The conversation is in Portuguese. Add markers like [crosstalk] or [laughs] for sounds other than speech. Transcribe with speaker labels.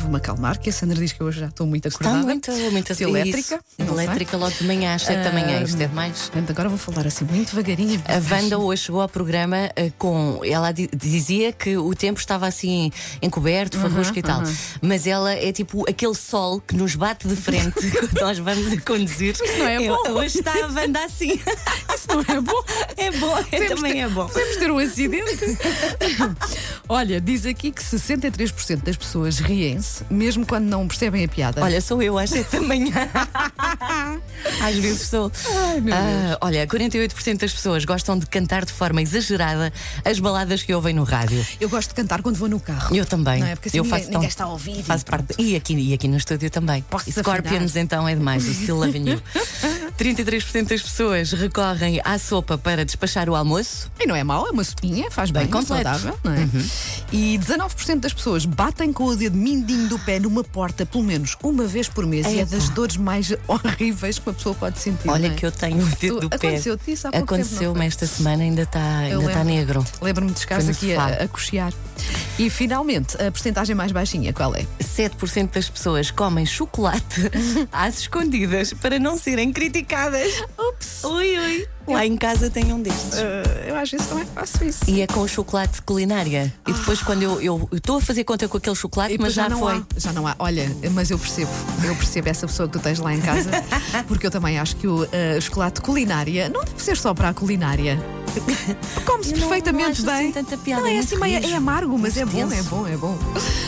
Speaker 1: Vou-me acalmar, que a Sandra diz que hoje já estou muito
Speaker 2: Está
Speaker 1: acordada.
Speaker 2: Tá muito, muito
Speaker 1: Muito elétrica.
Speaker 2: Isso.
Speaker 1: não sei.
Speaker 2: Elétrica logo de manhã, às 7 da manhã, isto é demais.
Speaker 1: Portanto, agora vou falar assim muito devagarinho.
Speaker 2: A Wanda hoje chegou ao programa eh, com. Ela di- dizia que o tempo estava assim encoberto, farrusco
Speaker 1: Uhum,
Speaker 2: e tal. Mas ela é tipo aquele sol que nos bate de
Speaker 1: [laughs]
Speaker 2: frente quando nós vamos a conduzir. Isso
Speaker 1: não é bom.
Speaker 2: Hoje está a Wanda assim.
Speaker 1: [laughs]
Speaker 2: [laughs]
Speaker 1: Isso não é bom.
Speaker 2: É bom, é,
Speaker 1: Podemos
Speaker 2: também
Speaker 1: ter-
Speaker 2: é bom.
Speaker 1: Podemos ter um acidente. [laughs] Olha, diz aqui que 63% das pessoas riem-se, mesmo quando não percebem a piada.
Speaker 2: Olha, sou eu às 7 da
Speaker 1: [laughs]
Speaker 2: manhã. Às vezes sou.
Speaker 1: Ai, meu
Speaker 2: Ah, olha, 48% das pessoas gostam de cantar de forma exagerada as baladas que ouvem no rádio.
Speaker 1: eu gosto de cantar quando vou no carro.
Speaker 2: Eu também.
Speaker 1: Não é? Porque assim
Speaker 2: eu
Speaker 1: ninguém-
Speaker 2: faço
Speaker 1: ninguém está a ouvir e
Speaker 2: Faço parte. E aqui, e aqui no estúdio também.
Speaker 1: Posso
Speaker 2: E Scorpions,
Speaker 1: desafinar.
Speaker 2: então, é demais. O estilo
Speaker 1: [laughs]
Speaker 2: Avenue. 33% das pessoas recorrem à sopa para despachar o almoço.
Speaker 1: E não é mau, é uma sopinha, faz bem,
Speaker 2: Bem Uhum. completo.
Speaker 1: é saudável, não é? E 19% das pessoas batem com o dedo mindinho do pé numa porta pelo menos uma vez por mês e é
Speaker 2: Epa.
Speaker 1: das dores mais [laughs] horríveis que uma pessoa pode sentir.
Speaker 2: Olha
Speaker 1: não é?
Speaker 2: que eu tenho o dedo
Speaker 1: Tu-
Speaker 2: do pé.
Speaker 1: aconteceu-te isso há pouco tempo, não
Speaker 2: Aconteceu-me
Speaker 1: foi?
Speaker 2: esta semana, ainda está
Speaker 1: Eu
Speaker 2: ainda tá
Speaker 1: lembro.
Speaker 2: negro.
Speaker 1: Lembro-me de chegares
Speaker 2: Foi no
Speaker 1: aqui
Speaker 2: sofá.
Speaker 1: a, a cochear. E finalmente, a porcentagem mais baixinha, qual é?
Speaker 2: 7% das pessoas
Speaker 1: [laughs]
Speaker 2: comem chocolate às escondidas para não serem criticadas.
Speaker 1: Ups!
Speaker 2: Ui, ui. Lá em casa tem um destes.
Speaker 1: Eh, eu às vezes também faço isso.
Speaker 2: E é com o chocolate de culinária. E depois, quando eu- eu estou a fazer conta com aquele chocolate,
Speaker 1: Ah. E depois
Speaker 2: mas já,
Speaker 1: não
Speaker 2: foi.
Speaker 1: Há, já não há. Olha, mas eu percebo. Eu percebo essa pessoa que tu tens lá em
Speaker 2: [laughs]
Speaker 1: casa. Porque eu também acho que o eh, chocolate culinária não deve ser só para a
Speaker 2: [laughs]
Speaker 1: culinária. Come-se
Speaker 2: Eu não- não
Speaker 1: perfeitamente
Speaker 2: acho
Speaker 1: bem.
Speaker 2: assim tanta piada,
Speaker 1: não, é
Speaker 2: é
Speaker 1: assim
Speaker 2: muito
Speaker 1: meio,
Speaker 2: rijo,
Speaker 1: é amargo, mas é
Speaker 2: muito
Speaker 1: bom, é
Speaker 2: denso.
Speaker 1: bom, é bom.